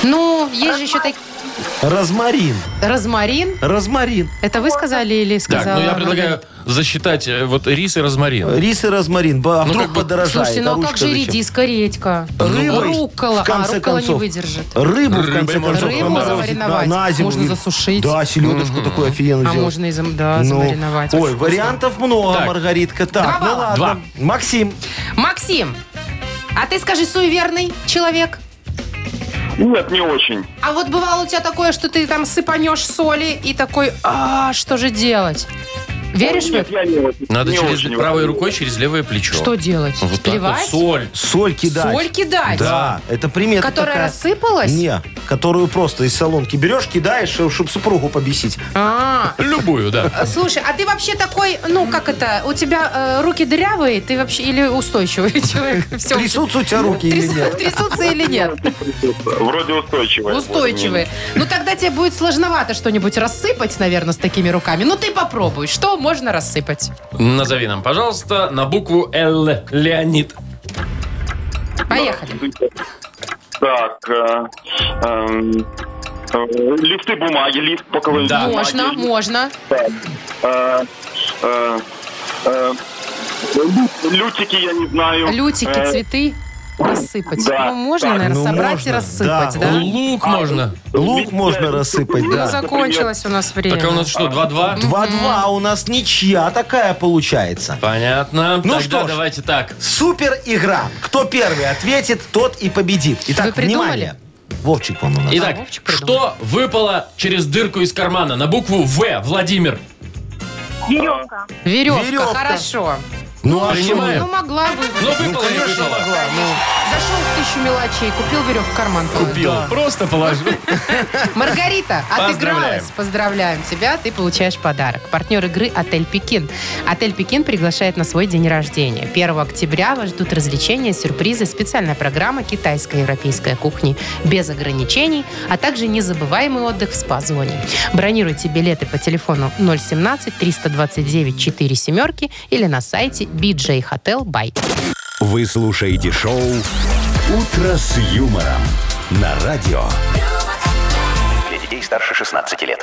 Ну, есть же еще такие... Розмарин. Розмарин? Розмарин. Это вы сказали или Так, сказала? ну я предлагаю Маргарита? засчитать э, вот рис и розмарин. Рис и розмарин. Ба- А Ну, вдруг как бы- подорожает. Слушайте, ну а а как ручка же зачем? редиска, редька? Ну, Рыбой, Руккола. в конце а, руккола не концов. выдержит. Рыбу, в Рыбой конце можно концов, Рыбу заморозить. замариновать. Да, на зиму. Можно засушить. Да, селедочку такую офигенно А сделать. можно и зам- да, Ну, замариновать. Ой, Очень вкусно. вариантов много, Так. Маргаритка. Два Так, ну балла. ладно. Два. Максим, Максим, а ты скажи, суеверный человек? Нет, не очень. А вот бывало у тебя такое, что ты там сыпанешь соли и такой, а что же делать? Веришь в это? я не очень. Надо через правой рукой, через левое плечо. Что делать? Вот так вот. Сплевать? Соль. соль кидать. Соль кидать? Да, это примета Которая такая. рассыпалась? Не, которую просто из салонки берешь, кидаешь, чтобы супругу побесить. А, Любую, да. слушай, а ты вообще такой, ну как это, у тебя э, руки дырявые, ты вообще или устойчивый человек? Все, Трясутся у тебя ну, руки или нет? Трясутся или нет? Вроде устойчивая. Устойчивые. Ну тогда тебе будет сложновато что-нибудь рассыпать, наверное, с такими руками. Ну ты попробуй, что можно рассыпать? Назови нам, пожалуйста, на букву Л. Леонид. Поехали. Так, э, эм, э, листы бумаги, лист боковой Да. бумаги. Можно, можно. Э, э, э, лю- Лютики, я не знаю. Лютики, Э, цветы рассыпать. да, Ну, можно, так, наверное, ну, собрать и можно, рассыпать, да. да? Лук можно. Лук можно рассыпать, Ну, да. закончилось у нас время. Так а у нас что, 2-2? 2-2 у нас ничья такая получается. Понятно. Ну Тогда что ж. давайте так. Супер игра. Кто первый ответит, тот и победит. Итак, Вы придумали? внимание. А, Вовчик он у нас. Итак, Вовчик придумал. что выпало через дырку из кармана на букву В, Владимир? Веревка. Веревка, Веревка. хорошо. ну а что? принимаем. Ну, могла бы. Ну, выпало и конечно, выпало. могла. Ну, Зашел в тысячу мелочей, купил веревку в карман. Купил. Просто положил. Маргарита, Поздравляем. отыгралась. Поздравляем тебя, ты получаешь подарок. Партнер игры «Отель Пекин». «Отель Пекин» приглашает на свой день рождения. 1 октября вас ждут развлечения, сюрпризы, специальная программа «Китайская и европейская кухни без ограничений», а также незабываемый отдых в спа-зоне. Бронируйте билеты по телефону 017-329-4 семерки или на сайте bjhotel.by. Вы слушаете шоу «Утро с юмором» на радио. Для детей детей старше 16 лет.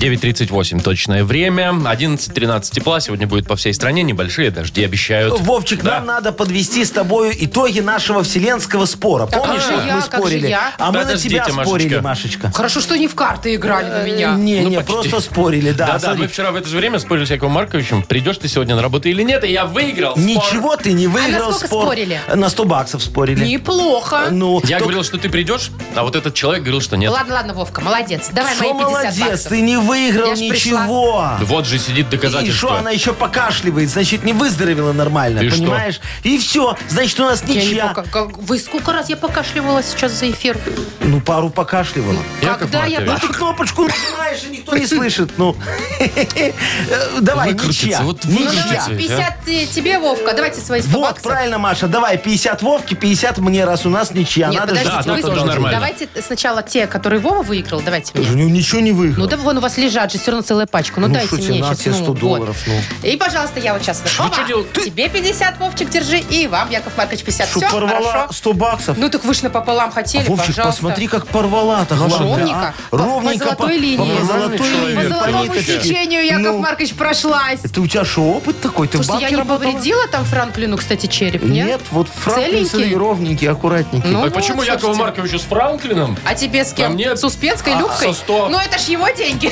9.38 точное время. 11.13 тепла. Сегодня будет по всей стране. Небольшие дожди обещают. Вовчик, Да. нам надо подвести с тобою итоги нашего вселенского спора. Так, Помнишь, как же вот я, мы как же спорили? я? А мы на Подождите, тебя спорили, Машечка. Хорошо, что не в карты играли на меня. Не, Ну, не, почти. просто спорили, да. Да-да, смотри. мы вчера в это же время спорили с Яковом Марковичем, придешь ты сегодня на работу или нет, и я выиграл спор. Ничего ты не выиграл А сколько спор. спорили? На 100 баксов спорили. Неплохо. Ну, Я только- говорил, что ты придешь, а вот этот человек говорил, что нет. Ладно, ладно, Вовка, молодец. Давай Шо мои 50 молодец, баксов. ты не выиграл Я ж пришла. ничего. Вот же сидит И что, доказательство. она еще покашливает, значит, не выздоровела нормально, И что? понимаешь? И все, значит, у нас Я не ничья. пока- как- Вы сколько раз я покашливала сейчас за эфир? Ну, пару покашливала. Яков Когда я... Маркович. А ты кнопочку нажимаешь, и никто не слышит, ну. Э, Давай, Выкрутится, ничья. вот Ну, Ничья. выкрутится. давай, 50 э, тебе, Вовка. Давайте свои 100 Вот, баксов. правильно, Маша, давай, 50 Вовке, 50 мне, раз у нас ничья. Нет, Надо а же... подождите, Да, вы тут тоже слушайте, нормально. давайте сначала те, которые Вова выиграл, давайте мне. Ну, Ничего не выиграл. Ну да вон у вас лежат же все равно целая пачка. Ну, Ну, дайте что тебе, мне на сейчас. тебе 100 долларов, ну. И, пожалуйста, я вот сейчас... Опа! чё делал? Ты- Тебе 50, Вовчик, держи, и вам, Яков Маркович, 50. Что, Все, порвала хорошо? 100 баксов? Ну так вы ж напополам хотели, А, Вовчик, пожалуйста. посмотри, как порвала-то. Ровненько. По- главное, а? по Ровненько. золотой линии. По золотой Нормальный линии. По человек, золотому понятно. сечению Яков Ну, Маркович прошлась. Это у тебя что, опыт такой? Ты в Слушайте, я банке не работала? повредила там Франклину, кстати, череп, нет? Нет, вот франклинцы Целенький? ровненькие, аккуратненькие. Ну А вот, почему Якову слушайте. Марковичу с Франклином? А тебе с А кем? мне- С Успенской, Любкой? со 100. Ну это ж его деньги.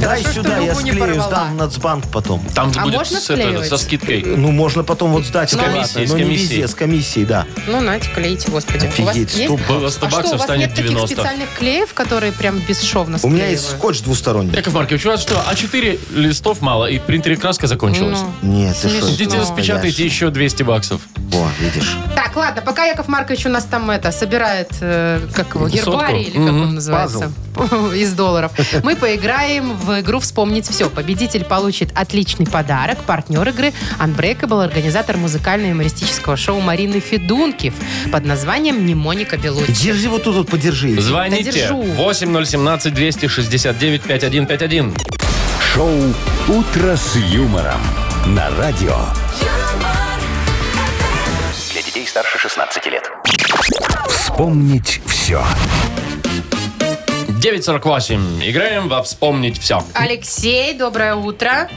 Дай Хорошо, сюда, что я Любу не склею, порвала. сдам в Нацбанк потом. Там же А будет можно с, это, склеивать? со скидкой. Ну, можно потом вот сдать. С обратно, комиссией, с но не комиссией. везде, с комиссией, да. Ну, нате, клеите, господи. у вас Офигеть, есть? стоп. Было 100 А что, у баксов, вас станет нет таких 90. специальных клеев, которые прям бесшовно У склеивают? меня есть скотч двусторонний. Яков Маркович, у вас что, А4 листов мало, и в принтере краска закончилась? Ну. Нет, ты что? Идите, распечатайте еще 200 баксов. Во, видишь. Так, ладно, пока Яков Маркович у нас там это собирает, э, как его, Сотку? гербарий, или как он называется, из долларов, мы поиграем в игру «Вспомнить все». Победитель получит отличный подарок. Партнер игры Unbreakable, организатор музыкально-юмористического шоу Марины Федункив под названием «Немоника Белучи». Держи вот тут, вот подержи. Звоните держу. 8017-269-5151. Шоу «Утро с юмором» на радио. Для детей старше 16 лет. Вспомнить все. 948. Играем во «Вспомнить все». Алексей, доброе утро.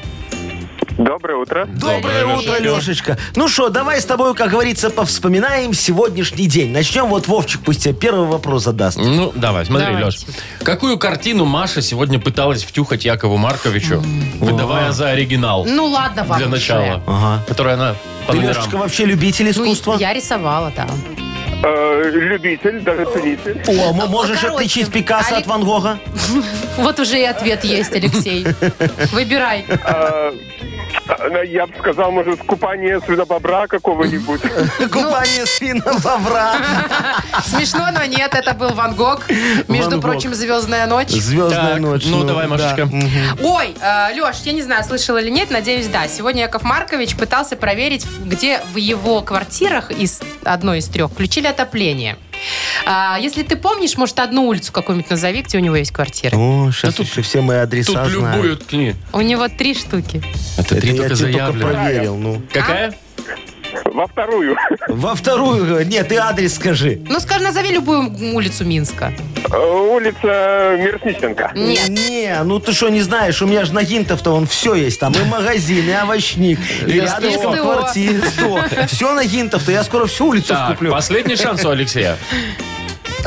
Доброе утро. Доброе Доброе утро, утро. Лешечка. Ну что, давай с тобой, как говорится, повспоминаем сегодняшний день. Начнем вот Вовчик, пусть тебе первый вопрос задаст. Ну, давай, смотри, Давайте. Леш. Какую картину Маша сегодня пыталась втюхать Якову Марковичу, выдавая за оригинал Ну ладно вам. для уже. начала? Ага. Которую она по Ты, номерам. Лешечка, вообще любитель Ну, искусства? я рисовала, да. э, любитель, даже ценитель. О, м- можешь короче, отличить Пикассо Алек- от Ван Гога? Вот уже и ответ есть, Алексей. Выбирай. А, Я бы сказал, может, купание свинобобра какого-нибудь. Ну, Купание свина бобра. Смешно, но нет, это был Ван Гог. Между Ван Гог. прочим, «Звездная ночь». Звездная Так, ночь. ну, давай, Машечка. да. Мгм. Ой, Леш, я не знаю, слышал или нет, надеюсь, да. Сегодня Яков Маркович пытался проверить, где в его квартирах из одной из трех включили отопление. А, если ты помнишь, может, одну улицу какую-нибудь назови, где у него есть квартира. О, сейчас тут- все мои адреса Тут знаю. любую ткни. У него три штуки. Это Это три я только тебе только заявлено. проверил. Ну. Какая? Во вторую. Во вторую, говорю, нет, ты адрес скажи. Ну, скажи, назови любую м- улицу Минска. Улица Мирсниченко. Нет. Не, ну ты что, не знаешь, у меня же на Гинтов-то он все есть. Там и магазин, и овощник, и рядом СТО. квартир, Все на Гинтов-то, я скоро всю улицу Так, куплю. последний шанс у Алексея.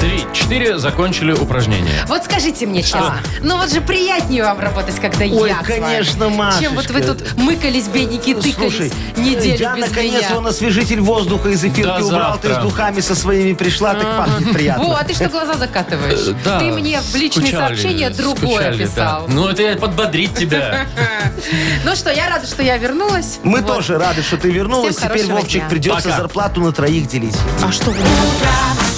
Три, четыре закончили упражнение. Вот скажите мне честно, ну вот же приятнее вам работать, когда Ой, я с вами, конечно, Машечка. Чем вот вы тут мыкались, бедники, тыкались Слушай, неделю я без наконец меня. он освежитель воздуха из эфирки До убрал, ты завтра. с духами со своими пришла, так пахнет приятно. Во, а ты что глаза закатываешь? Э, да, ты мне в личные скучали, сообщения другое скучали, да. писал. Ну, это я подбодрить тебя. Ну что, я рада, что я вернулась. Мы Вот. тоже рады, что ты вернулась. Всем Теперь хорошего Вовчик дня. придется Пока. зарплату на троих делить. А что вы? Утро